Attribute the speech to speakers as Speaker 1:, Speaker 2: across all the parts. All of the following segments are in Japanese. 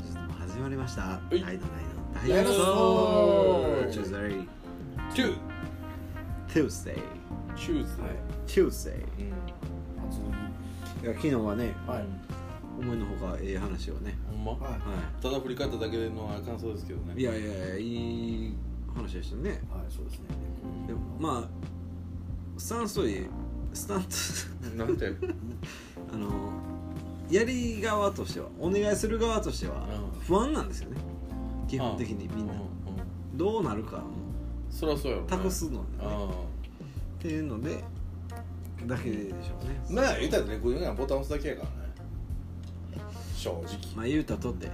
Speaker 1: した。はい、ダイ
Speaker 2: ういダイナ
Speaker 1: ナ
Speaker 2: ソ
Speaker 1: ソー
Speaker 2: ー
Speaker 1: Today,
Speaker 2: To
Speaker 1: Tuesday,
Speaker 2: choose、
Speaker 3: はい
Speaker 1: Tuesday
Speaker 2: うん
Speaker 3: 初の
Speaker 1: いや昨日はね、
Speaker 3: はい
Speaker 1: 思いのほかええ話をね、
Speaker 2: ほんま
Speaker 3: はい
Speaker 1: は
Speaker 2: ただ振り返っただけの感想ですけどね
Speaker 1: い、いやいやいやいい話でしたね。
Speaker 3: はいそうですね
Speaker 1: でもまあスタンスといいスタンス
Speaker 2: なんて
Speaker 1: あのやり側としてはお願いする側としては
Speaker 2: うん
Speaker 1: 不安なんですよね。基本的にみんな
Speaker 2: うう
Speaker 1: どうなるかも
Speaker 2: んそりゃそうやろ、ね、
Speaker 1: 託すのね
Speaker 2: あ
Speaker 1: っていうのでだけでしょうね。
Speaker 2: あまあ言うたらねこういうのはボタン押すだけやからね正直
Speaker 1: まあ言うたとって。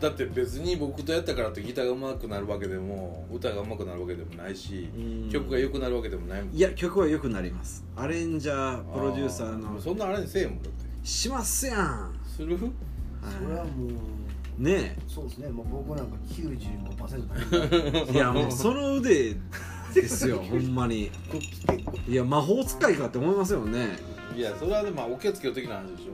Speaker 2: だって別に僕とやったからってギターが上手くなるわけでも歌が上手くなるわけでもないし
Speaker 1: うん
Speaker 2: 曲が良くなるわけでもないもん
Speaker 1: いや曲は良くなりますアレンジャー
Speaker 2: あ
Speaker 1: プロデューサーの
Speaker 2: そんなあれにせえへんもんだって
Speaker 1: しますやん、は、
Speaker 2: する
Speaker 3: それはいもう
Speaker 1: ね
Speaker 3: そうですねもう僕なんか95%だ
Speaker 1: えいや もうその腕ですよほんまに
Speaker 3: こう来てこ
Speaker 1: いや魔法使いかって思いますよね、はい
Speaker 2: いやそれはでもまあおけつける的な話でし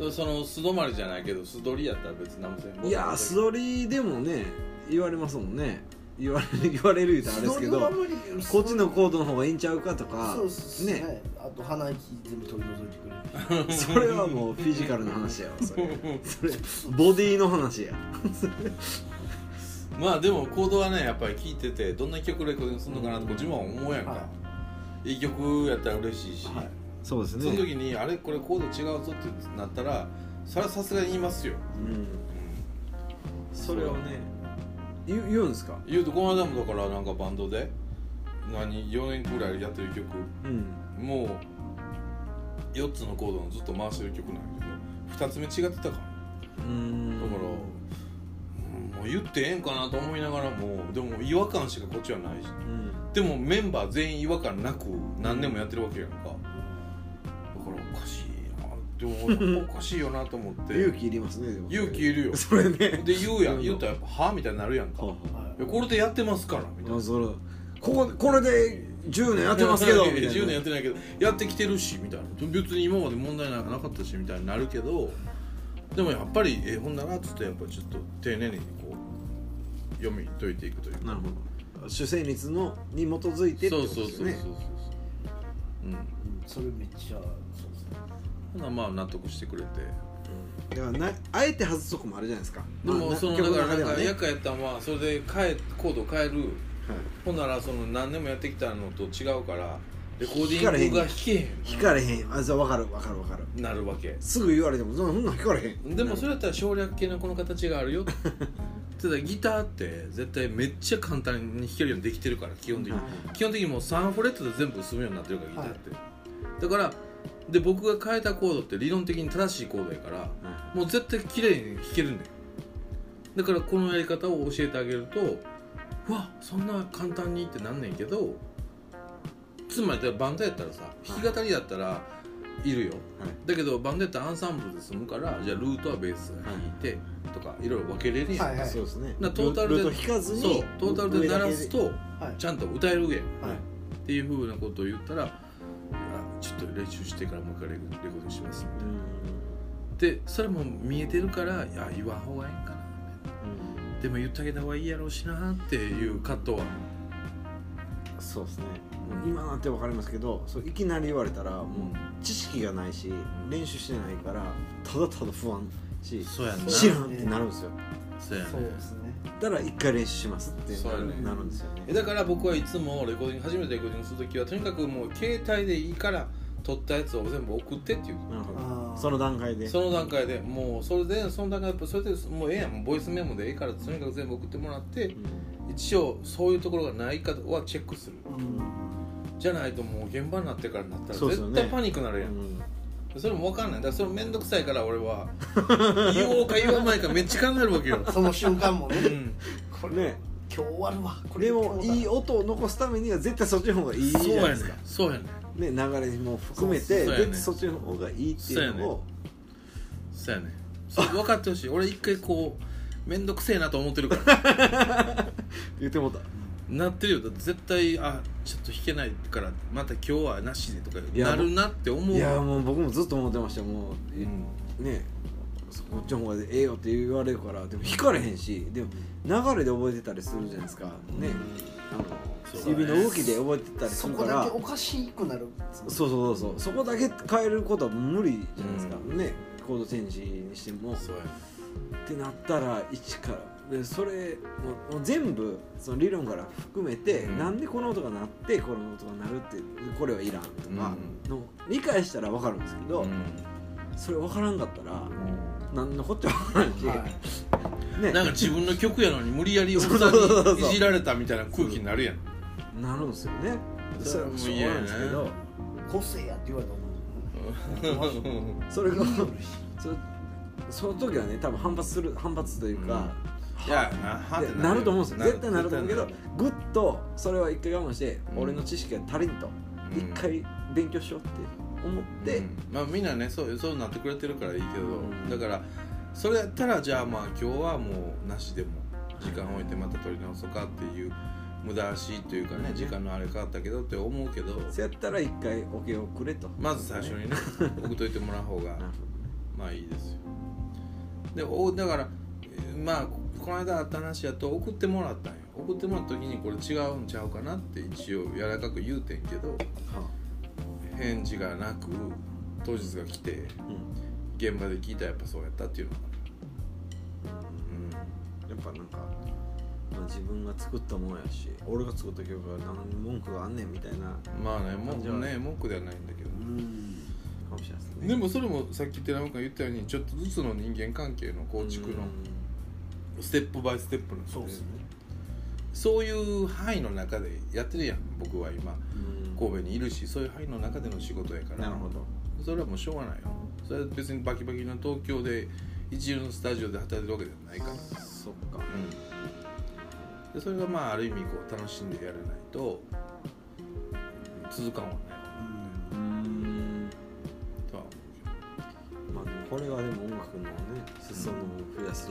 Speaker 1: は
Speaker 2: ょその素泊まりじゃないけど素取りやったら別に何もせんもん
Speaker 1: い、いや素通りでもね言われますもんね言われる言われる言うたらあれですけどこっちのコードの方がいいんちゃうかとか
Speaker 3: そうですねあと鼻息全部取り除いてくれる
Speaker 1: ねそれはもうフィジカルの話やわそれそれボディの話や
Speaker 2: まあでもコードはねやっぱり聴いててどんな曲レコーディングするのかなってこう自分は思うやんか、、
Speaker 3: はい
Speaker 2: い曲やったら嬉しいし、
Speaker 3: はい
Speaker 1: そうです
Speaker 2: その時にあれこれコード違うぞってなったらそれはさすがに言いますよ、
Speaker 1: うんそれをね言う言うんですか
Speaker 2: 言うとこの間もだからなんかバンドで何4年くらいやってる曲
Speaker 1: うん
Speaker 2: もう4つのコードのずっと回してる曲なんやけど2つ目違ってたから
Speaker 1: うーん
Speaker 2: だから、うんもう言ってええんかなと思いながらもでも違和感しかこっちはないし
Speaker 1: うん
Speaker 2: でもメンバー全員違和感なく何年もやってるわけやんかだからおかしいなでもやっぱおかしいよなと思って
Speaker 1: 勇気いりますねでも
Speaker 2: 勇気いるよ
Speaker 1: それね
Speaker 2: で言うや
Speaker 1: うんん
Speaker 2: 言うたらやっぱ「はみたいになるやんか
Speaker 1: はあは
Speaker 2: 「いやこれでやってますから」みたい
Speaker 1: あ
Speaker 2: な
Speaker 1: あそれこここれで10年やってますけどみたいな
Speaker 2: 10年やってないけどやってきてるしみたいな別に今まで問題なんかなかったしみたいになるけどでもやっぱりええ本だなっつってやっぱちょっと丁寧にこう読み解いていくというか
Speaker 1: なるほど主旋律のに基づいてって
Speaker 2: そ
Speaker 1: こ
Speaker 2: う
Speaker 1: と
Speaker 2: そうそう
Speaker 1: で
Speaker 2: そ
Speaker 1: すよ
Speaker 2: うそう
Speaker 1: ね
Speaker 2: そううん
Speaker 3: それめっちゃそうですね
Speaker 2: ほなまあ納得してくれて
Speaker 1: うんだからなあえて外すとこもあるじゃないですか
Speaker 2: でも
Speaker 1: まあ
Speaker 2: その
Speaker 1: 曲
Speaker 2: だか
Speaker 1: 中
Speaker 2: らなん
Speaker 1: では
Speaker 2: か
Speaker 1: ね
Speaker 2: 厄介やったんはそれで変えコード変える
Speaker 1: はい
Speaker 2: ほんならその何年もやってきたのと違うからレコーデ
Speaker 1: 弾かれ
Speaker 2: ィ
Speaker 1: へ
Speaker 2: ン
Speaker 1: ん
Speaker 2: グが弾けへ
Speaker 1: 弾かれへんあじゃあ分かる分かる分かる
Speaker 2: んなるわけ
Speaker 1: すぐ言われてもそんな弾かれへん
Speaker 2: でもそれやったら省略系のこの形がある よただギターって絶対めっちゃ簡単に弾けるようにできてるから基本的に
Speaker 1: はい
Speaker 2: 基本的にもう3フレットで全部済むようになってるからギターって、だからで僕が変えたコードって理論的に正しいコードやから
Speaker 1: は
Speaker 2: もう絶対綺麗に弾けるんだよだからこのやり方を教えてあげるとうわそんな簡単にってなんねんけどつまりだからバンドやったらさ弾き語りやったらいるよ、
Speaker 1: はい
Speaker 2: だけどバンドやったらアンサンブルで済むからじゃあルートはベースが弾いてとかいろいろ分けれるやん、
Speaker 3: はい
Speaker 1: いそうですね
Speaker 2: なトータルで
Speaker 1: ルート弾かずに
Speaker 2: そうトータルで鳴らす
Speaker 1: 上だ
Speaker 2: と
Speaker 3: はい
Speaker 2: ちゃんと歌えるやん
Speaker 1: けではい
Speaker 2: っていうふうなことを言ったらいや「ちょっと練習してからもう一回レコレコーディングします」でそれも見えてるから「いや言わん方がいいんかな」
Speaker 1: うん
Speaker 2: でも言ってあげた方がいいやろうしなっていう葛藤は
Speaker 1: うんそうですね
Speaker 2: うん
Speaker 1: 今なんて分かりますけどそういきなり言われたらもう知識がないし練習してないからただただ不安し
Speaker 2: そうやんな
Speaker 1: 知らんってなるんですよ
Speaker 2: そうや
Speaker 3: そう
Speaker 2: ね
Speaker 3: ですね
Speaker 1: だから一回練習しますって
Speaker 2: そうやね
Speaker 1: なるんですよね
Speaker 2: えだから僕はいつもレコーディング初めてレコーディングする時はとにかくもう携帯でいいから撮ったやつを全部送ってっていう
Speaker 1: なるほ
Speaker 3: あ
Speaker 1: ど
Speaker 3: ー
Speaker 1: その段階で
Speaker 2: その段階でもうそれでその段階でそれでもうええやんもうボイスメモでええからとにかく全部送ってもらって
Speaker 1: うん
Speaker 2: 一応そういうところがないかはチェックする
Speaker 3: うん
Speaker 2: じゃないともう現場になってからになったら
Speaker 1: そうですよね
Speaker 2: 絶対パニックになるやん
Speaker 1: うん
Speaker 2: それも分かんないだからそれ面倒くさいから俺は言おうか言わないかめっちゃ考えるわけよ
Speaker 3: その瞬間もね
Speaker 2: うん
Speaker 3: これ
Speaker 1: ね
Speaker 3: 今日終わるわこれ
Speaker 1: でもい
Speaker 3: い
Speaker 1: い音を残すためには絶対そっちの方がいいじゃ
Speaker 2: そう
Speaker 1: ない
Speaker 2: や
Speaker 1: で
Speaker 2: ね
Speaker 1: すか
Speaker 2: そうや
Speaker 1: ね
Speaker 2: ね
Speaker 1: 流れも含め
Speaker 2: そう
Speaker 1: て
Speaker 2: そうやね
Speaker 1: 絶対そっちの方がいいっていうのを
Speaker 2: そうやねそう分かってほしい俺一回こう面倒くせえなと思ってるから
Speaker 1: 言ってもうた
Speaker 2: なってるよだって絶対あちょっと弾けないからまた今日はなしでとか
Speaker 1: や
Speaker 2: なるなって思う
Speaker 1: いや
Speaker 2: う、
Speaker 1: もう僕もずっと思ってましたも
Speaker 2: ん、
Speaker 1: うねこっちの方がええよって言われるからでも引かれへんしでも流れで覚えてたりするじゃないですかねあの
Speaker 2: そうだね
Speaker 1: 指の動きで覚えてたりす
Speaker 3: そ
Speaker 1: る
Speaker 3: こ
Speaker 1: か
Speaker 3: だ
Speaker 1: ら
Speaker 3: けおかしくなる
Speaker 1: そうそうそうそうそこだけ変えることは無理じゃないですか、ねコードチェンジにしても
Speaker 2: そうやね
Speaker 1: ってなったら一からでそれもうもう全部その理論から含めて、
Speaker 2: うん
Speaker 1: なんでこの音が鳴ってこの音が鳴るってこれはいらんとか
Speaker 2: う
Speaker 1: の、理解したら分かるんですけど、それ分からんかったら何のこっちゃ分からんし、
Speaker 3: は
Speaker 1: ね
Speaker 2: なんか自分の曲やのに無理やりおっさん
Speaker 1: そうそうそう
Speaker 2: にいじられたみたいな空気になるやん
Speaker 1: なるんですよね
Speaker 2: そ
Speaker 1: そ
Speaker 2: れ
Speaker 1: れ
Speaker 2: はも
Speaker 1: も
Speaker 2: う
Speaker 1: しょう
Speaker 2: 嫌
Speaker 1: がない
Speaker 2: やね
Speaker 1: んですけど
Speaker 3: い個性やって言われたもん
Speaker 1: それがそその時はね多分反発する反発というか、
Speaker 2: いやなはって
Speaker 1: でなると思うんですよ絶対なると思うけど
Speaker 2: 絶
Speaker 1: ぐっとそれは一回我慢して、
Speaker 2: うん
Speaker 1: 俺の知識が足りんと
Speaker 2: 対なる
Speaker 1: 一回勉強しようって思っ
Speaker 2: う
Speaker 1: て
Speaker 2: ん、まあみんなねそうそうなってくれてるからいいけどだからそれやったらじゃあまあ今日はもうなしでも時間置いてまた取り直そうかっていう無駄足というかね時間のあれ変わったけどって思うけど
Speaker 1: そうやったら一回おけをくれと
Speaker 2: まず最初にね送っといてもらう方がまあいいですよでおだからえーまあここの間あった話やと送ってもらったんよ送ってもらった時にこれ違うんちゃうかなって一応柔らかく言うてんけど返事がなく当日が来て
Speaker 1: うん
Speaker 2: 現場で聞いたらやっぱそうやったっていうのが
Speaker 1: やっぱなんか、まあ、自分が作ったもんやし俺が作った曲が何に文句があんねんみたいな
Speaker 2: うんまあね文句ね文句ではないんだけど、
Speaker 1: かもしれないですね
Speaker 2: でもそれもさっき寺山君が言ったようにちょっとずつの人間関係の構築のステップバイステップの
Speaker 3: そうですね
Speaker 2: そういう範囲の中でやってるやん僕は今
Speaker 1: うん
Speaker 2: 神戸にいるしそういう範囲の中での仕事やから
Speaker 1: なるほど
Speaker 2: それはもうしょうがないよそれは別にバキバキの東京で一流のスタジオで働いてるわけではないから
Speaker 1: そっか
Speaker 2: うんでそれがまあある意味こう楽しんでやらないと続かんわね
Speaker 3: う
Speaker 1: う
Speaker 3: ん
Speaker 1: ん
Speaker 2: とは思
Speaker 1: まあでもこれがでも音楽のね裾野を増やす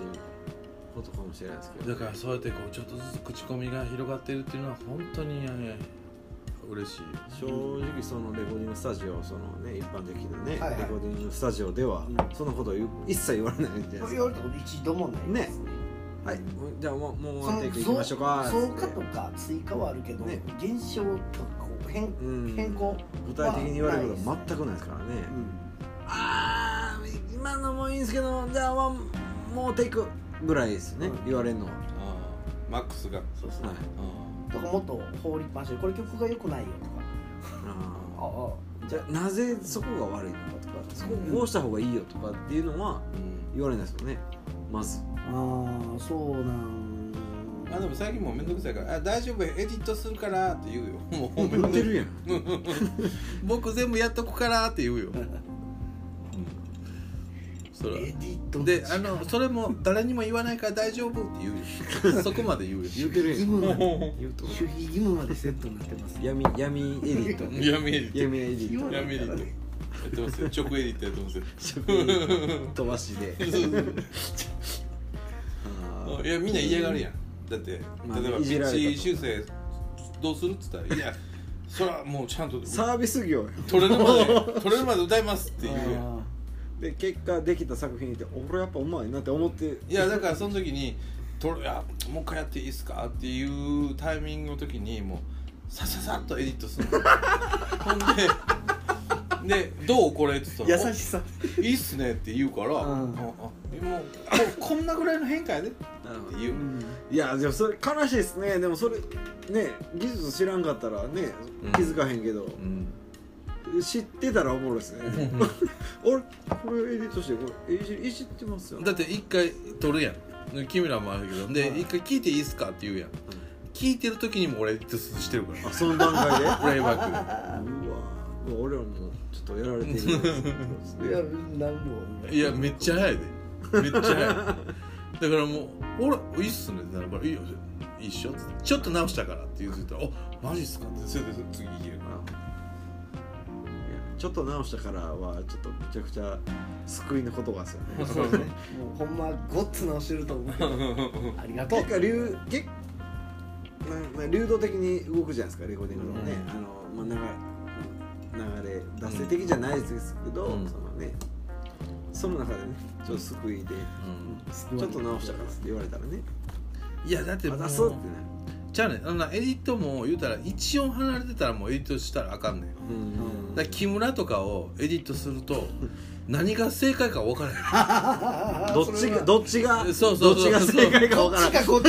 Speaker 1: ことかもしれないですけ
Speaker 2: う
Speaker 1: ど
Speaker 2: だからそうやってこうちょっとずつ口コミが広がってるっていうのは本当にね嬉しい
Speaker 1: 正
Speaker 2: よ
Speaker 1: 直そのレコーディングスタジオそのね一般的なね、
Speaker 3: はいはい
Speaker 1: レコーディングスタジオでは、
Speaker 3: うん
Speaker 1: そのことを言う一切言われないじゃない
Speaker 3: そ
Speaker 1: で
Speaker 3: う
Speaker 1: す
Speaker 3: 言
Speaker 1: か
Speaker 3: われたこと一度もないですね
Speaker 1: はいじゃあもうもう
Speaker 3: そ
Speaker 1: ワン
Speaker 3: の
Speaker 1: テイクいき
Speaker 3: 増
Speaker 1: ましょうか
Speaker 3: 増加
Speaker 1: つって
Speaker 3: とか追加はあるけど、
Speaker 1: ね
Speaker 3: 減少とかこう変
Speaker 1: うん
Speaker 3: 変更
Speaker 1: 具体的に言われることは全くないですからね、ああ今のもいいんですけどじゃあワンもうテイクぐらいですね、
Speaker 3: うん
Speaker 1: 言われるのは、は
Speaker 2: ああマックスが
Speaker 3: そうですね、
Speaker 1: い、
Speaker 3: とかもっと放りっぱなしでこれ曲が良くないよとか
Speaker 1: あ
Speaker 3: あ
Speaker 1: ーじゃあなぜそこが悪いのかとかそこをこうした方がいいよとかっていうのは
Speaker 2: うん
Speaker 1: 言われないですよねまず
Speaker 3: あああそうなん
Speaker 2: まあでも最近もうめんどくさいから「あ大丈夫エディットするから」って言うよ もうめ
Speaker 1: 言
Speaker 2: んど
Speaker 1: っ
Speaker 2: く
Speaker 1: てるやん
Speaker 2: 僕全部やっとくからって言うよ、そ
Speaker 3: エデ
Speaker 2: れ
Speaker 3: ィット
Speaker 2: であのそれも誰にも言わないから大丈夫って言う よそこまで言うよ
Speaker 1: 言ってるや
Speaker 3: 義
Speaker 1: ん
Speaker 3: 務まで
Speaker 1: 言うと
Speaker 3: 守秘義務までセットになってます
Speaker 1: 闇闇エディット
Speaker 2: 闇エディット
Speaker 1: 闇エディッ
Speaker 2: やめるってやってますよ直エディットやってますよ
Speaker 1: ト飛ばしであ
Speaker 2: いやみんな嫌がるやんだって例え
Speaker 1: まあ
Speaker 2: ば
Speaker 1: いじられたと
Speaker 2: 道修正どうするっつったら「いやそらもうちゃんと
Speaker 1: ーサービス業や
Speaker 2: 取れるまで取れるまで歌います」って言うやん
Speaker 3: あ
Speaker 1: で結果できた作品って俺やっぱうまいなって思って
Speaker 2: いやだからその時に「とあもう一回やっていいですか?」っていうタイミングの時にもうさささっとエディットするのほんで「でどうこれ?」って言ったら「
Speaker 3: 優しさ
Speaker 2: おいいっすね」って言うから「
Speaker 3: うん
Speaker 2: ああもうもうこんなぐらいの変化やで」って言う、
Speaker 1: いやでもそれ悲しいですねでもそれね技術知らんかったらね
Speaker 2: うん
Speaker 1: 気づかへんけど、
Speaker 2: うん
Speaker 1: 知ってたらおもろいですね 俺これエディットしてこれいじいじってますよ
Speaker 2: だって一回撮るやん君らもあるけどで
Speaker 1: はい
Speaker 2: 一回聞いていいっすかって言うやん聞いてる時にも俺エディットしてる から
Speaker 1: あその段階でうわ
Speaker 2: プレイバックで。
Speaker 1: うわ俺らもちょっとやられてるい
Speaker 3: いや
Speaker 1: や
Speaker 3: 何も
Speaker 2: いやめっちゃ早いでめっちゃ早いだからもう「俺いいっすね」ってなるから「いいよいいっしょ」っつって「ちょっと直したから」って言うてたら「おマジっすか」ってそれで次いけるから
Speaker 1: ちょっと直したからはちょっとめちゃくちゃ救いの言葉ですよね
Speaker 2: そうね
Speaker 3: もうほんまごっつ直してると思うけど ありがとう
Speaker 1: 結果流結まあ流動的に動くじゃないですかレコーディングのね、
Speaker 2: うん
Speaker 1: あのまあ流れ流れ脱線的じゃないですけど、
Speaker 2: うん
Speaker 1: そのねその中でねちょっと救いで、ちょっと直したからって言われたらね
Speaker 2: いやだって
Speaker 1: あ
Speaker 2: もう
Speaker 1: 出そうってね
Speaker 2: じゃあねあのなエディットも言うたら一音離れてたらもうエディットしたらあかんねんだか
Speaker 1: うん
Speaker 2: ら木村とかをエディットする と何が正解か分からへ
Speaker 1: どっちがどっちが
Speaker 2: そうそうそう
Speaker 1: どっちが正解か
Speaker 3: こ
Speaker 1: 分から
Speaker 3: っち
Speaker 1: ない
Speaker 3: かこっ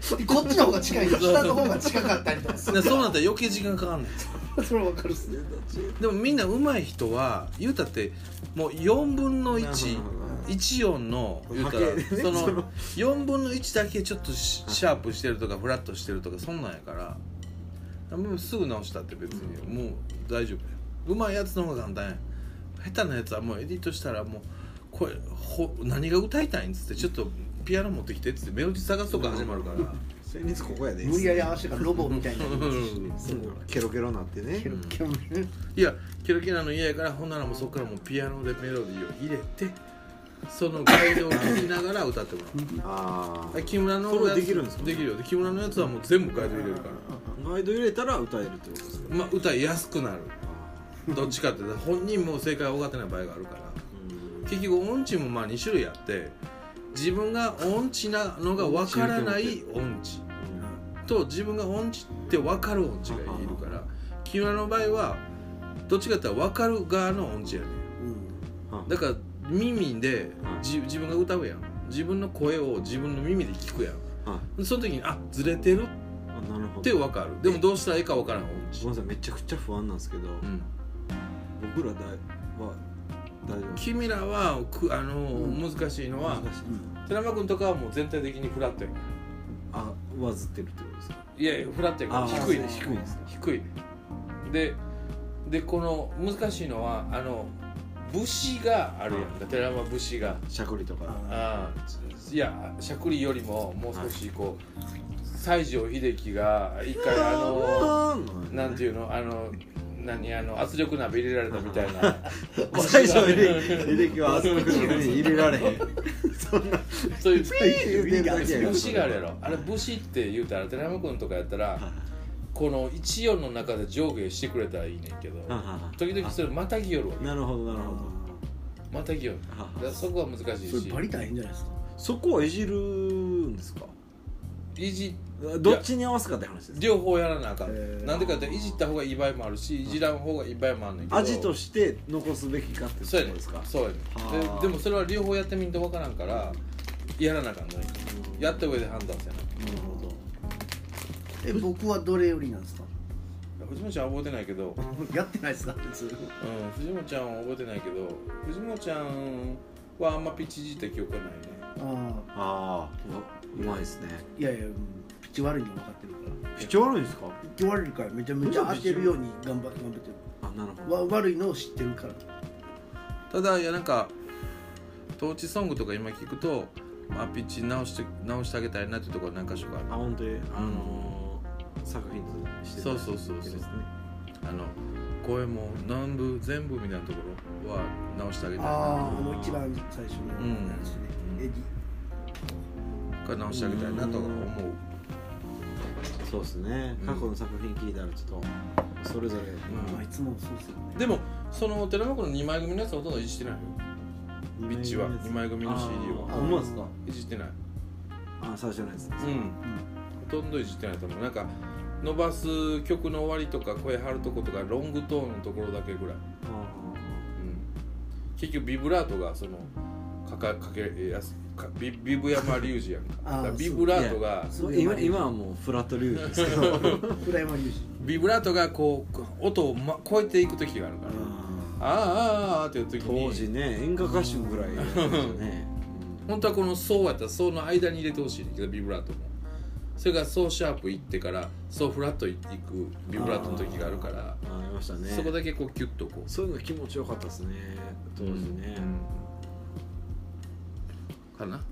Speaker 3: ちかこっちの方が近い下の方が近かったりとかす
Speaker 2: んで
Speaker 3: る
Speaker 2: そうなったら余計時間かかんねん
Speaker 3: それわかるっすね
Speaker 2: でもみんな上手い人は言うたってもう4分の1一音の言うたら、
Speaker 1: 波形でね
Speaker 2: そ
Speaker 1: その
Speaker 2: の4分の1だけちょっとシシャープしてるとかフラットしてるとかそんなんやからもうすぐ直したって別にもう大丈夫やうまいやつの方が簡単や下手なやつはもうエディットしたらもうこれほ何が歌いたいんっつってちょっとピアノ持ってきてっつってメロディー探すとか始まるから
Speaker 1: 旋律ここやで
Speaker 3: 無理やり合わせたからロボみたいにな
Speaker 2: う
Speaker 3: る
Speaker 2: ん
Speaker 1: そうケロケロなってね
Speaker 3: ケロケロね
Speaker 2: いやキロキラの家やからほんならもうそこからもうピアノでメロディーを入れてそのガイドを聴きながら歌ってもらう
Speaker 1: あ
Speaker 2: あ木村の
Speaker 1: それ
Speaker 2: やつ
Speaker 1: できるんですか
Speaker 2: できるよで木村のやつはもう全部ガイド入れるか
Speaker 1: あガイド入れたら歌えるってことですから
Speaker 2: まあ歌いやすくなる
Speaker 1: あ
Speaker 2: どっちかって本人も正解分かってない場合があるから
Speaker 1: ー
Speaker 2: 結局音痴もまあ2種類あって自分が音痴なのが分からない音痴と自分が音痴って分かる音痴がいるから木村の場合はどっちかって言ったら分かる側の音痴やねん
Speaker 1: うん
Speaker 2: だから耳で
Speaker 1: はい
Speaker 2: じ自分が歌うやん自分の声を自分の耳で聞くや
Speaker 1: は
Speaker 2: んその時にあずれてる
Speaker 1: いあなるほ
Speaker 2: っ
Speaker 1: ど
Speaker 2: て
Speaker 1: ご
Speaker 2: 分かるでもどうしたらいいか分からん音
Speaker 1: めん
Speaker 2: 痴
Speaker 1: なさいめちゃくちゃ不安なんですけど
Speaker 2: うん
Speaker 1: 僕らだいは大丈夫
Speaker 2: 君らはくあのー、
Speaker 3: うん
Speaker 2: 難しいのは
Speaker 1: 難しい
Speaker 2: 寺山君とかはもう全体的にフラットやん
Speaker 1: あ上ずってるってことですか
Speaker 2: いやいやフラットやから
Speaker 1: あー
Speaker 2: 低いね
Speaker 1: 低いんですか
Speaker 2: 低いねででこの難しいのはあの節があるやんか寺山節が
Speaker 1: しゃくりとか
Speaker 2: ああいやしゃくりよりももう少しこう、西城秀樹が一回あのなんて
Speaker 1: いう
Speaker 2: いうのあの何あの圧力鍋入れられたみたいな
Speaker 1: 最 初に履歴はあそこに入れられへんそんな
Speaker 2: そういう
Speaker 1: 言うてるだけやから
Speaker 2: 節があるやろあれ節って言うたら寺山君とかやったらこの一音の中で上下してくれたらいいねんけど時々それまたぎよるわ
Speaker 1: なるほどなるほど
Speaker 2: またぎよる
Speaker 1: あ
Speaker 2: だからそこは難しい
Speaker 3: それ
Speaker 2: し
Speaker 3: バリ大変じゃないですか
Speaker 1: そこをいじるんですか
Speaker 2: いじ
Speaker 1: どっちに合わすかって話です
Speaker 2: 両方やらなあかん、
Speaker 3: えー
Speaker 2: なんでかっていじった方がいい場合もあるしいじらん方がいい場合もあるねんけど
Speaker 1: 味として残すべきかって
Speaker 2: そうや
Speaker 1: こと
Speaker 2: ね
Speaker 1: ですか
Speaker 2: そうやねん
Speaker 1: はあ
Speaker 2: ででもそれは両方やってみんと分からんからやらなあかんのよやった上で判断せ
Speaker 1: な
Speaker 2: な
Speaker 1: るほど
Speaker 3: え僕はどれよりなんですか
Speaker 2: 藤本ちゃんは覚えてないけど、
Speaker 3: やってないですか普通
Speaker 2: うん、藤本ちゃんは覚えてないけど藤本ちゃんはあんまピッチいじった記憶がないね
Speaker 3: ああ
Speaker 1: ああうまいですね
Speaker 3: いやいやうんピッチ悪いの分かってるから
Speaker 1: 口悪いんですか
Speaker 3: ピッチ悪いからめちゃめちゃ当てるように頑張頑張って
Speaker 1: あなるほ
Speaker 3: るわ悪いのを知ってるから
Speaker 2: ただいやなんかトーチソングとか今聞くと、まあ、ピッチ直して直してあげたいなっていうところは何箇所かある
Speaker 1: あ本当にあのー作品として
Speaker 2: そうそうそうそう
Speaker 1: ですね
Speaker 2: あの声も南部全部みたいなところは直してあげたいな
Speaker 3: ああの一番最初の
Speaker 2: うん
Speaker 3: やつねエディ
Speaker 2: が直してあげたいなとは思う
Speaker 1: そうですね
Speaker 2: うん
Speaker 1: 過去の作品聞いたらちょっとそれぞれ
Speaker 3: まあいつもそうですよね
Speaker 2: でもその寺山君の2枚組のやつはほとんどいじってないよ
Speaker 1: 道
Speaker 2: ビッチは2枚組の CD
Speaker 1: あ
Speaker 2: は
Speaker 1: ーほんまですか
Speaker 2: いじってない
Speaker 1: あ最初のやつ
Speaker 2: うん、ほとんどいじってないと思うなんか伸ばす曲の終わりとか声張るとことかロングトーンのところだけぐらい、うん、結局ビブラートがそのかかかけやすかビビブ山隆二やん か
Speaker 3: あー
Speaker 2: だからビブラートが
Speaker 3: そ
Speaker 1: そうう
Speaker 3: いう
Speaker 1: 今
Speaker 3: 前に
Speaker 1: 今はもうフラットリュウジですけど
Speaker 3: 村山隆
Speaker 2: ビブラートがこう音を、ま、超えていく時があるから、
Speaker 1: あー
Speaker 2: あーあーあーっていう時に
Speaker 1: 当時ね演歌歌手ぐらいやってましたね
Speaker 2: 本当はこの「ソー」やったら「ソー」の間に入れてほしいねんだけどビブラートもそれが「ソー」シャープ行ってから「ソー」フラット行くビブラートの時があるから
Speaker 1: うんありましたね
Speaker 2: そこだけこうキュッとこう
Speaker 1: そういうの気持ちよかったですね当時ね
Speaker 2: う
Speaker 1: うん
Speaker 2: んかな、
Speaker 1: あなる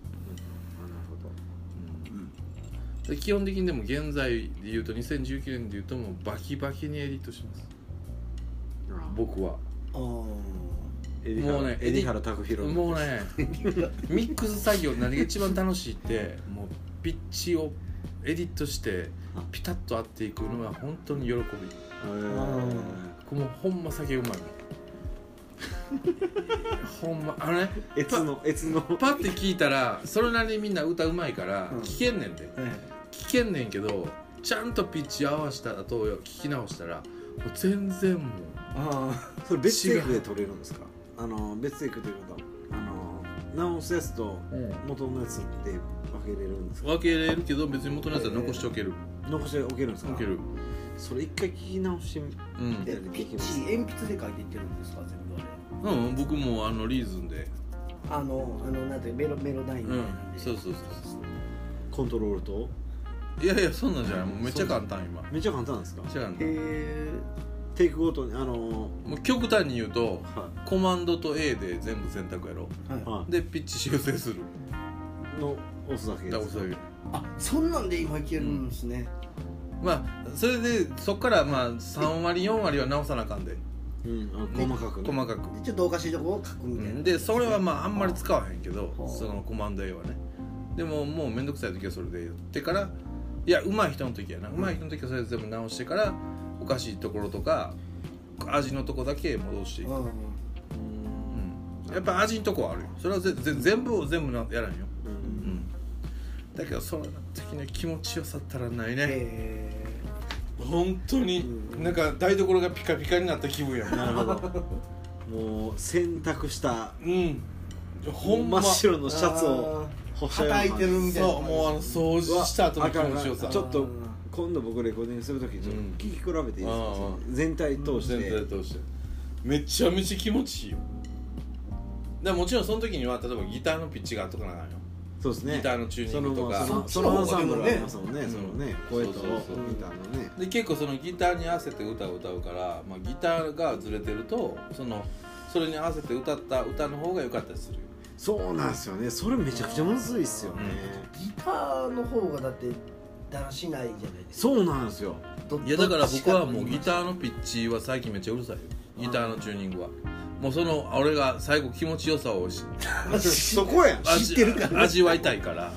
Speaker 1: ほど
Speaker 2: で基本的にでも現在で言うと2019年で言うともうバキバキにエディットします僕は
Speaker 3: あ
Speaker 1: エディハラ
Speaker 2: もうね
Speaker 1: エディハラ拓弘
Speaker 2: もう ねミックス作業何が一番楽しいってもうピッチをエディットしてピタッと合っていくのが本当に喜び
Speaker 1: へー
Speaker 2: これもうほんま酒うまいほんまあのね
Speaker 1: えつのえつの
Speaker 2: パッて聞いたらそれなりにみんな歌うまいから
Speaker 3: うん
Speaker 2: 聞けんねんで、
Speaker 3: はい
Speaker 2: 聞けんねんけどちゃんとピッチ合わした後を聞き直したらもう全然もう
Speaker 3: あ
Speaker 1: それ別テイクで取れるんですかあの別テイクということあの直すやつと元のやつって分けれるんですか
Speaker 2: 分けれるけど別に元のやつは残しておける、
Speaker 1: 残しておけるんですか
Speaker 2: おける
Speaker 1: それ一回聞き直してみ
Speaker 2: う
Speaker 3: あ
Speaker 2: ん
Speaker 3: でピッチ鉛筆で書いていってるんですか全部あれ
Speaker 2: うん、僕もあのリーズンで、
Speaker 3: あのあのなんていうメロメロダインみ
Speaker 2: う
Speaker 3: たい
Speaker 2: ん
Speaker 3: なん、で
Speaker 2: そうそうそう
Speaker 1: コントロールと
Speaker 2: そういやいやそんなんじゃないもうめっちゃ簡単今めっ
Speaker 1: めっちゃ簡単なんですか
Speaker 2: ちゃ簡単、
Speaker 3: へ
Speaker 1: テイクごとにあの
Speaker 2: もう極端に言うと
Speaker 1: は
Speaker 2: コマンドと A で全部選択やろ
Speaker 3: え、はい
Speaker 1: い、は
Speaker 2: でピッチ修正する
Speaker 1: い、の押すだけで
Speaker 2: だから
Speaker 1: す
Speaker 2: そういう
Speaker 3: あそんなんで今いけるんですね、
Speaker 2: まあそれでそっからまあ3割4割は直さなあかんで
Speaker 1: うんあの細かく、ね、
Speaker 2: 細か
Speaker 3: でちょっとおかしいとこを書くみたいな、
Speaker 2: くでそれはまああんまり使わへんけど
Speaker 3: はあ
Speaker 2: そのコマンド A はねでももう面倒くさい時はそれでやってからいや上手い人の時やな上手い人の時はそれ全部直してからおかしいところとか味のとこだけ戻していく
Speaker 3: うん
Speaker 1: う
Speaker 2: うんやっぱ味のとこはあるよそれはぜぜ全部を全部なやら
Speaker 1: んう
Speaker 2: んよ、うんん、だけどその時の気持ちよさったらないね、
Speaker 3: へ
Speaker 2: 本当になんか台所がピカピカになった気分や
Speaker 1: なるほどもう洗濯した
Speaker 2: うんほ
Speaker 1: 真
Speaker 2: んま
Speaker 1: っ
Speaker 2: そう
Speaker 1: 白のシャツを干したような
Speaker 3: 叩いてるみたいな
Speaker 2: もうあの掃除した後の気持ちよさ
Speaker 1: うわちょっと今度僕レコーディングするときちょっと聞き比べていいですか、そ
Speaker 2: うん
Speaker 1: の全体通して、
Speaker 2: 全体通してめちゃめちゃ気持ちいいよでもちろんその時には例えばギターのピッチがとかなあかんよ
Speaker 1: そうですね
Speaker 2: ギターのチューニングとか
Speaker 1: そのそ
Speaker 3: そ
Speaker 1: の
Speaker 3: の
Speaker 1: アンサンブルありますもんね、
Speaker 2: うん
Speaker 1: そのね
Speaker 2: そう
Speaker 1: 声
Speaker 2: そ
Speaker 1: と
Speaker 2: う
Speaker 1: ギ
Speaker 2: そう
Speaker 1: ターのね
Speaker 2: で結構そのギターに合わせて歌を歌うから、まあ、ギターがずれてるとそのそれに合わせて歌った歌の方が良かったりするよ
Speaker 1: そうなんですよねそれめちゃくちゃむずいっすよね、
Speaker 3: ギターの方がだってだらしないじゃないですか
Speaker 1: そうなんですよ
Speaker 3: ど
Speaker 2: いやだから
Speaker 3: どっち
Speaker 2: 僕はもうギタ
Speaker 3: ー
Speaker 2: ーのピッチは最近めっちゃうるさいよギターのチューニングはもうその俺が最後気持ちよさをし
Speaker 1: そこやん
Speaker 2: 味
Speaker 3: 知ってるから
Speaker 2: 味わいたいから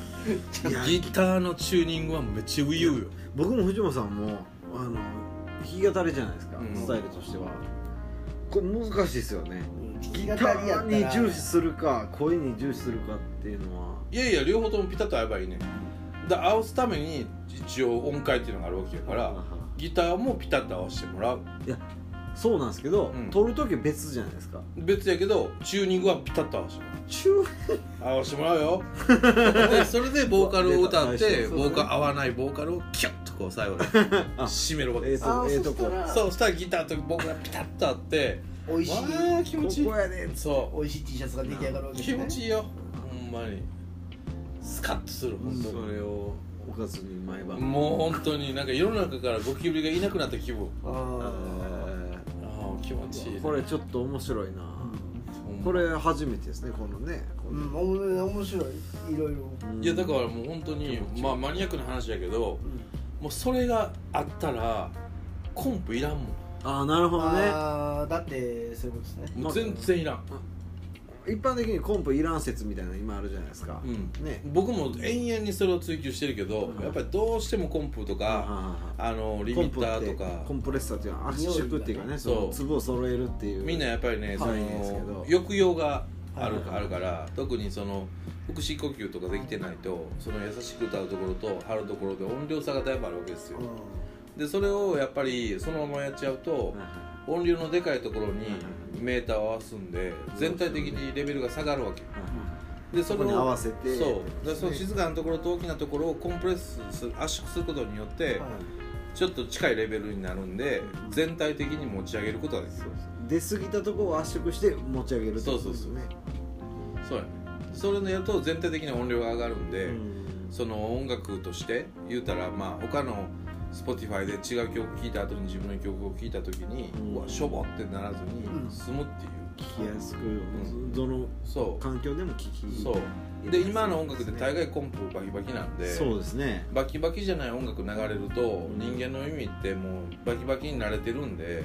Speaker 1: いや
Speaker 2: ギターのチューニングはめっちゃ初々よ
Speaker 1: 僕も藤本さんもあの弾き語りじゃないですか、
Speaker 2: うん
Speaker 1: スタイルとしてはこれ難しいですよね
Speaker 3: うん弾
Speaker 1: ギ
Speaker 3: き
Speaker 1: タ
Speaker 3: 語りや
Speaker 1: ー
Speaker 3: っ
Speaker 1: に
Speaker 3: た
Speaker 1: 重
Speaker 3: ら
Speaker 1: 視するか声に重視するかっていうのはい
Speaker 2: やいや両方ともピタッと合えばいいねだ合わすために一応音階っていうのがあるわけやからギターもピタッと合わせてもらう
Speaker 1: そうなんですけど、
Speaker 2: うん
Speaker 1: 撮る時は別じゃないですか
Speaker 2: 別やけどチューニングはピタッと合わせてもら
Speaker 1: 中
Speaker 2: う合わせてもらうよで それでボーカルを歌って
Speaker 1: そう
Speaker 2: ボーカル合わないボーカルをキュッとこう最後に締めるわけ
Speaker 1: え
Speaker 2: です
Speaker 1: ー
Speaker 3: あ
Speaker 1: と
Speaker 3: あ
Speaker 1: え
Speaker 3: そ
Speaker 1: ーと
Speaker 3: した
Speaker 1: こ
Speaker 3: ら
Speaker 2: そうしたらギターと僕がピタッとあって
Speaker 3: 美味しい
Speaker 2: わあ気持ちいい
Speaker 1: ここやね
Speaker 2: そ
Speaker 3: 美味しい T シャツが出来上がるわ
Speaker 2: う
Speaker 3: けです
Speaker 2: 気
Speaker 3: ね
Speaker 2: 持ちいいよほんまにスカッとする本当
Speaker 1: それをおかずに毎
Speaker 2: に
Speaker 1: 晩
Speaker 2: もう本当になんか世の中からゴキブリがいなくなった気分
Speaker 3: あ
Speaker 1: あ
Speaker 3: ー
Speaker 2: ああ気持ちいい
Speaker 1: ーこれちょっと面白いな
Speaker 2: ほんま
Speaker 1: これ初めてですねこのねこ
Speaker 3: うん
Speaker 1: の
Speaker 3: おも面白いいろいろ、
Speaker 1: うん
Speaker 2: いやだからもう本当にまあマニアックな話やけどもうそれがあったらコンプいらんも
Speaker 1: ああなるほどね
Speaker 3: ああだってそういうことですね
Speaker 2: んもう全然いらん
Speaker 1: 一般的にコンプいらん説みたいなの今あるじゃないですか、
Speaker 2: うん
Speaker 1: ね
Speaker 2: 僕も延々にそれを追求してるけど、
Speaker 1: うん
Speaker 2: やっぱりどうしてもコンプとか、
Speaker 1: あ
Speaker 2: あのリ
Speaker 1: コン
Speaker 2: ミ
Speaker 1: プ
Speaker 2: ッ
Speaker 1: っ
Speaker 2: ター
Speaker 1: て
Speaker 2: とか
Speaker 1: コンプレッサーっていうのは圧縮っていうかねそ
Speaker 2: そう
Speaker 1: の粒を揃えるっていう
Speaker 2: みんなやっぱりね、そ
Speaker 1: はいですけ
Speaker 2: の
Speaker 1: ど
Speaker 2: 抑揚がある,、
Speaker 1: はいはいはい
Speaker 2: あるから特にその腹式呼吸とかできてないとその優しく歌うところと張るところで音量差がだいぶあるわけですよ、でそれをやっぱりそのままやっちゃうと
Speaker 1: はい、
Speaker 2: 音量のでかいところに
Speaker 1: はいはい
Speaker 2: メーターを合わすんで全体的にレベルが下がるわけで
Speaker 1: そ
Speaker 2: そ
Speaker 1: こ
Speaker 2: れを
Speaker 1: に合わせて
Speaker 2: そうでその静かなところと大きなところをコンプレスする圧縮することによって、ちょっと近いレベルになるんで
Speaker 1: うん
Speaker 2: 全体的に持ち上げることができる
Speaker 1: そう出過ぎたところを圧縮して持ち上げるってことですね
Speaker 2: そうやねそれでやると全体的に音量が上がるんで、
Speaker 1: うん
Speaker 2: その音楽として言うたらまあ他の Spotify で違う曲聴いた後に自分の曲を聴いた時に、
Speaker 1: う
Speaker 2: うんわしょぼってならず
Speaker 3: う
Speaker 2: に
Speaker 3: ん
Speaker 2: 済むっていう、
Speaker 1: 聞きやすく、
Speaker 2: ん
Speaker 1: どの
Speaker 2: そ
Speaker 1: 環境でも聞き
Speaker 2: うそうで今の音楽って大概コンプバキバキなんで
Speaker 1: そうですね
Speaker 2: バキバキじゃない音楽流れると
Speaker 1: うん
Speaker 2: 人間の耳ってもうバキバキに慣れてるんで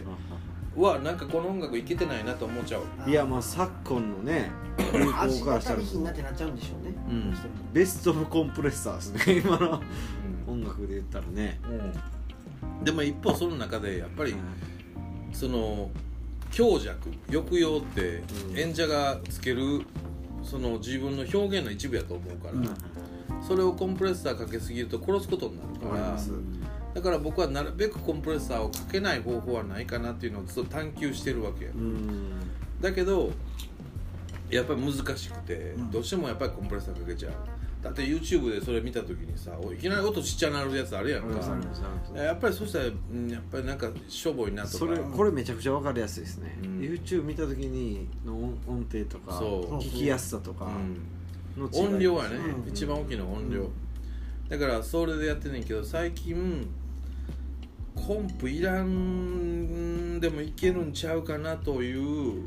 Speaker 2: うわなんかこの音楽いけてないなと思っちゃう
Speaker 1: いやまあ昨今のね流
Speaker 3: 足
Speaker 1: 行か
Speaker 3: が
Speaker 1: らした
Speaker 3: 足
Speaker 1: ら
Speaker 3: りひんなってなっちゃうんでしょうね、
Speaker 2: うん
Speaker 3: どしても
Speaker 1: ベストオブコンプレッサーですね今の
Speaker 2: うん
Speaker 1: 音楽で言ったらね
Speaker 2: でも一方その中でやっぱりその強弱抑揚って
Speaker 1: うん
Speaker 2: 演者がつけるその自分の表現の一部やと思うから、
Speaker 3: うん
Speaker 2: それをコンプレッサーかけすぎると殺すことになる
Speaker 1: わ
Speaker 2: か
Speaker 1: かり
Speaker 2: ら
Speaker 1: ます
Speaker 2: だから僕はなるべくコンプレッサーをかけない方法はないかなっていうのをずっと探求してるわけや
Speaker 1: うん
Speaker 2: だけどやっぱり難しくて、
Speaker 3: ん
Speaker 2: どうしてもやっぱりコンプレッサーかけちゃうだって YouTube でそれ見た時にさおいきなり音ちっちゃなるやつあるやん
Speaker 1: わかります
Speaker 2: か
Speaker 1: わかりますわかります
Speaker 2: やっぱりそしたらうんやっぱりなんかしょぼいなとか
Speaker 1: それこれめちゃくちゃわかりやすいですね、
Speaker 2: うん
Speaker 1: YouTube 見た時にの音音程とか
Speaker 2: そう
Speaker 1: 聞きやすさとか
Speaker 2: うん
Speaker 1: の違い
Speaker 2: 音量やね、
Speaker 3: うん
Speaker 2: 一番大きいのは音量、
Speaker 1: うん
Speaker 2: だからそれでやってんねんけど最近コンプいらんでもいけるんちゃうかなという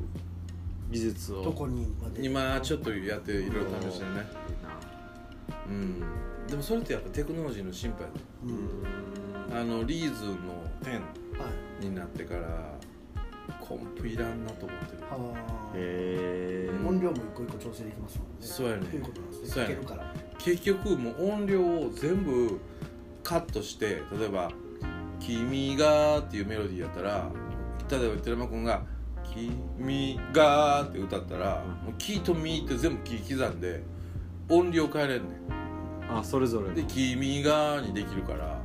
Speaker 1: 技術を
Speaker 3: どこにまで
Speaker 2: 今ちょっとやっていろいろ試してね
Speaker 1: いいな
Speaker 2: うんでもそれってやっぱテクノロジーの進歩やね
Speaker 3: う
Speaker 1: うんん
Speaker 2: あのリーズの
Speaker 3: はい
Speaker 2: 10になってからコンプいらんなと思ってる
Speaker 3: はあ
Speaker 1: へえ
Speaker 2: うん
Speaker 3: 音量も一個一個調整できますもんね
Speaker 2: そうやね
Speaker 3: ということなんです
Speaker 2: そう
Speaker 3: ね
Speaker 2: や
Speaker 3: い
Speaker 2: ね
Speaker 3: けるから
Speaker 2: 結局もう音量を全部カットして例えば「君が」っていうメロディーやったら例えば寺山君が「君が」って歌ったらもう「キーとミー」って全部キー刻んで音量変えれんね
Speaker 1: あそれぞれ
Speaker 2: ん
Speaker 1: の
Speaker 2: で「君が」にできるから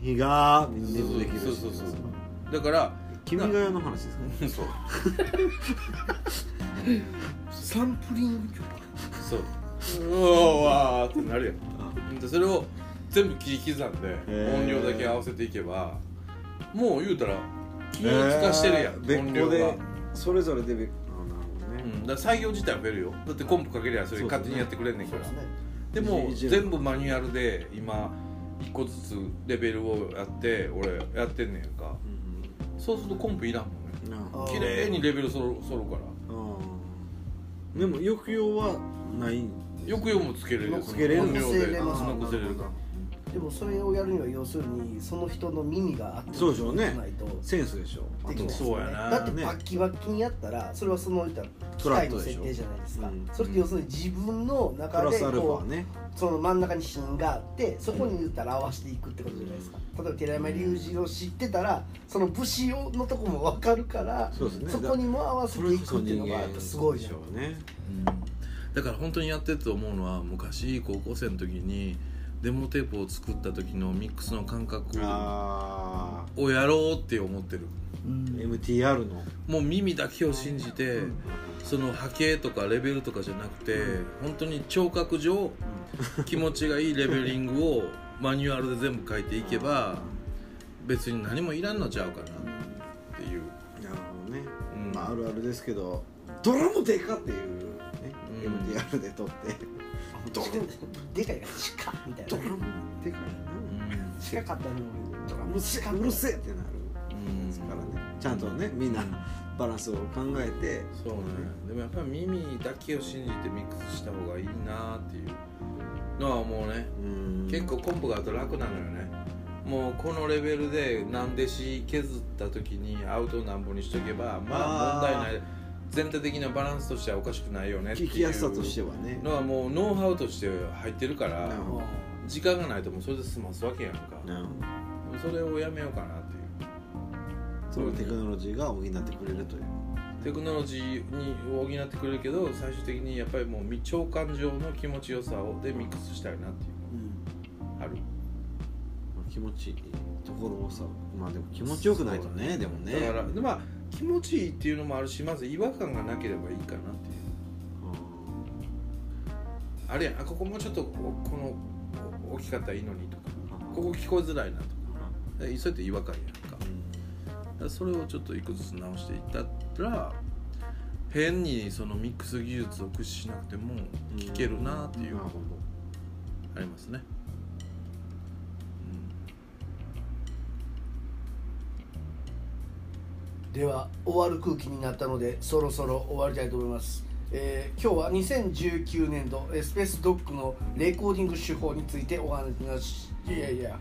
Speaker 1: 日がみんなもできるし
Speaker 2: そうそうそうそうだから
Speaker 1: 君が代の話ですかね
Speaker 2: そう
Speaker 3: サンプリング
Speaker 2: そう「うおーわ」ってなるやん
Speaker 1: あ
Speaker 2: でそれを全部切り刻んで
Speaker 1: へー
Speaker 2: 音量だけ合わせていけばもう言うたら均一化してるやん、
Speaker 1: えー
Speaker 2: 音
Speaker 1: 別
Speaker 2: 量
Speaker 1: 個
Speaker 2: が
Speaker 1: で、それぞれでべあなるほどね
Speaker 2: うん、だから採用自体は増えるよだってコンプかけりゃそれ勝手にやってくれんねん
Speaker 3: そ
Speaker 2: か
Speaker 3: う
Speaker 2: ら
Speaker 3: です
Speaker 2: で,、
Speaker 3: ね
Speaker 2: も
Speaker 1: いじる
Speaker 2: 全部マニュアルで今一個ずつレベルをやって俺やってんねんやんか
Speaker 1: う
Speaker 2: そうするとコンプいらんもんね
Speaker 1: んな
Speaker 3: あ
Speaker 1: あ
Speaker 3: ー
Speaker 2: 綺麗にレベルそろそろから
Speaker 1: うんでも抑揚はない
Speaker 2: 抑揚もつけれるよ
Speaker 1: つけれる
Speaker 2: 音量で
Speaker 3: あー
Speaker 2: 残せれるから
Speaker 3: でもそれをやるには要するにその人の耳があって
Speaker 1: そうでしょうね
Speaker 3: ないと
Speaker 1: センスでしょあ
Speaker 3: でき
Speaker 1: と
Speaker 3: ないですよ
Speaker 2: そうや
Speaker 3: ね
Speaker 2: な
Speaker 3: だってバッキバキにやったらそれはそのいったら機
Speaker 1: フラ
Speaker 3: 械
Speaker 1: ット
Speaker 3: の
Speaker 1: でし
Speaker 3: 設
Speaker 1: ょ
Speaker 3: 定じゃないですか、
Speaker 1: うん
Speaker 3: それって要するに自分の
Speaker 1: プ
Speaker 3: 中
Speaker 1: ラ
Speaker 3: で
Speaker 1: スアルフ
Speaker 3: こ
Speaker 1: ァ
Speaker 3: う、
Speaker 1: ね
Speaker 3: その真ん中に芯があってそこに言ったら合わせていくってことじゃないですか例えば寺山隆二を知ってたらその武士をのとこも分かるから
Speaker 1: そうですね
Speaker 3: そこにも合わせ
Speaker 1: そ
Speaker 3: て
Speaker 1: れ
Speaker 3: い
Speaker 1: こそ
Speaker 3: くっていう
Speaker 1: 人
Speaker 3: のがや
Speaker 1: 間
Speaker 3: っぱすごいじゃん
Speaker 1: でしょうね
Speaker 2: だから本当にやってて思うのは昔高校生の時にデモテープを作った時のミックスの感覚
Speaker 1: あ
Speaker 2: をやろうって思ってる
Speaker 1: ー MTR の
Speaker 2: もう耳だけを信じて、その波形とかレベルとかじゃなくて、本当に聴覚上気持ちがいいレベリングをマニュアルで全部書いていけば別に何もいらんのちゃうかなっていう、
Speaker 1: なるほどね
Speaker 2: うん
Speaker 1: まああるあるですけどドラムでかっていうね
Speaker 2: うん
Speaker 1: MTR で撮ってドラム
Speaker 3: でかいから近っみたい
Speaker 1: ド
Speaker 3: な
Speaker 1: ラムでかいな
Speaker 3: 近かったのにドラ
Speaker 1: うるせえうるせえってなる
Speaker 2: うん
Speaker 1: ですからねちゃんとねみんなバランスを考えて
Speaker 2: そうねでもやっぱり耳だけを信じてミックスした方がいいなっていうのは思うね
Speaker 1: うん
Speaker 2: 結構コンプがあると楽なのよねもうこのレベルで何弟子削った時にアウトを何本にしとけばまあ
Speaker 1: あー
Speaker 2: 問題ない全体的なバランスとしてはおかしくないよねってい
Speaker 1: 聞
Speaker 2: う
Speaker 1: きやすさとしてはね
Speaker 2: のはもうノウハウとして入ってるから
Speaker 1: なるほど
Speaker 2: 時間がないともうそれで済ますわけやんか
Speaker 1: なるほど
Speaker 2: それをやめようかなっていう
Speaker 1: そのテクノロジーが補ってくれるという
Speaker 2: テクノロジーに補ってくれるけど最終的にやっぱりもう未聴感情の気持ちよさをでミックスしたいなっていうのがある
Speaker 1: まあ気持ちいいところをさまあでも気持ちよくないとねでもね
Speaker 2: だからでまあ気持ちいいっていうのもあるしまず違和感がなければいいかなっていう
Speaker 1: うん
Speaker 2: あれやんあここもうちょっとここのお大きかったらいいのにとかここ聞こえづらいなとかでそうやって違和感やんかだからそれをちょっといくつ直していったら変にそのミックス技術を駆使しなくても聞けるなっていう
Speaker 1: なるほど
Speaker 2: ありますね、
Speaker 3: では終わる空気になったのでそろそろ終わりたいと思います、えー今日は2019年度えースペースドックのレコーディング手法についてお話しいやいや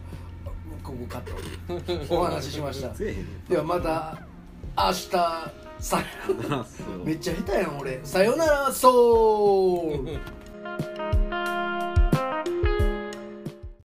Speaker 3: ここカットお話ししました
Speaker 1: せえへんね
Speaker 3: ではまた明日さ
Speaker 1: あそう
Speaker 3: めっちゃ下手やん俺さよならそう